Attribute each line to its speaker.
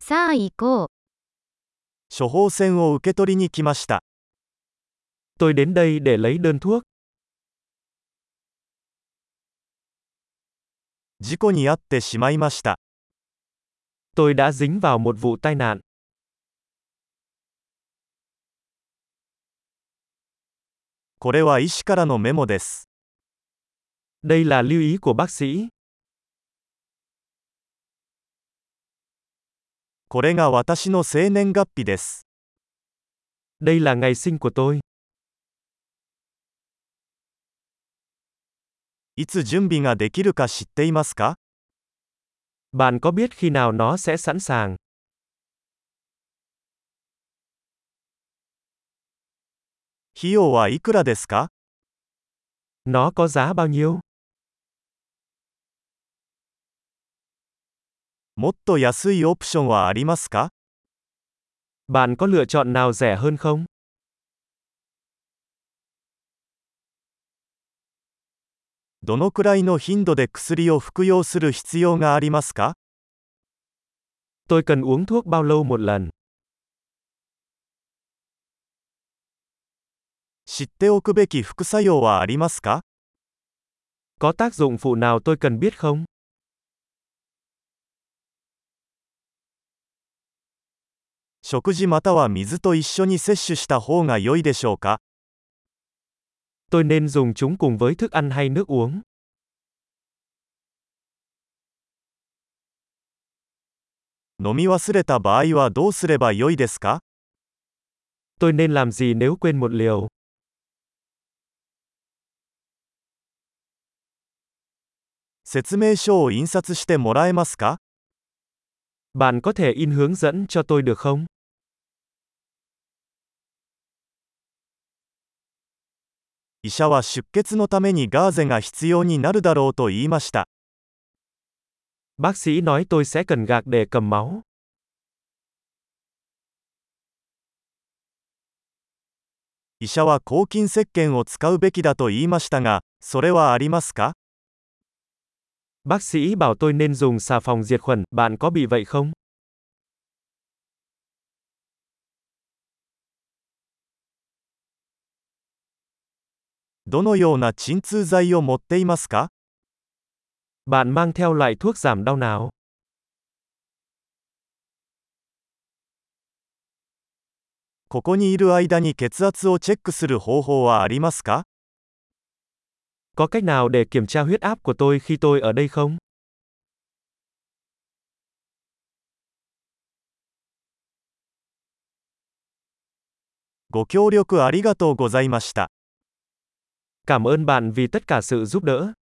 Speaker 1: さあ行こう。
Speaker 2: 処方箋を受け取りに来ました。
Speaker 3: Tôi đến đây để lấy đơn thuốc.
Speaker 2: 事故に遭ってしまいました。
Speaker 3: Tôi đã dính vào một vụ tai nạn.
Speaker 2: これは医師からのメモです。
Speaker 3: Đây là lưu ý của bác sĩ.
Speaker 2: これが私の生年月日です。
Speaker 3: Đây là ngày sinh của tôi.
Speaker 2: いつ準備ができるか知っていますか
Speaker 3: Bạn có biết khi nào nó sẽ sẵn sàng?
Speaker 2: 費用はいくらですか
Speaker 3: Nó có giá bao nhiêu?
Speaker 2: もっと安いオプションはありますか
Speaker 3: Bạn có lựa chọn nào rẻ hơn không?
Speaker 2: どのくらいの頻度で薬を服用する必要がありますか
Speaker 3: Tôi cần uống thuốc bao lâu một lần?
Speaker 2: 知っておくべき副作用はありますか
Speaker 3: Có tác dụng phụ nào tôi cần biết không?
Speaker 2: 食事または水と一緒に摂取した方が良いでしょうか
Speaker 3: Tôi nên dùng chúng cùng với thức ăn hay nước uống?
Speaker 2: 飲み忘れた場合はどうすれば良いですか
Speaker 3: Tôi nên làm gì nếu quên một liều?
Speaker 2: 説明書を印刷してもらえますか
Speaker 3: Bạn có thể in hướng dẫn cho tôi được không?
Speaker 2: 医者は出血のためにガーゼが必要になるだろうと言いました。
Speaker 3: Bác sĩ nói tôi sẽ cần gạc để cầm máu.
Speaker 2: 医者は抗菌石鹸を使うべきだと言いましたが、それはありますか
Speaker 3: Bác sĩ bảo tôi nên dùng xà phòng diệt khuẩn, bạn có bị vậy không?
Speaker 2: どのような鎮痛剤を持っていますか
Speaker 3: Bạn mang theo loại thuốc giảm đau nào?
Speaker 2: ここにいる間に血圧をチェックする方法はありますか
Speaker 3: Có cách nào để kiểm tra huyết áp của tôi khi tôi ở đây không?
Speaker 2: ご協力ありがとうございました。
Speaker 3: Cảm ơn bạn vì tất cả sự giúp đỡ.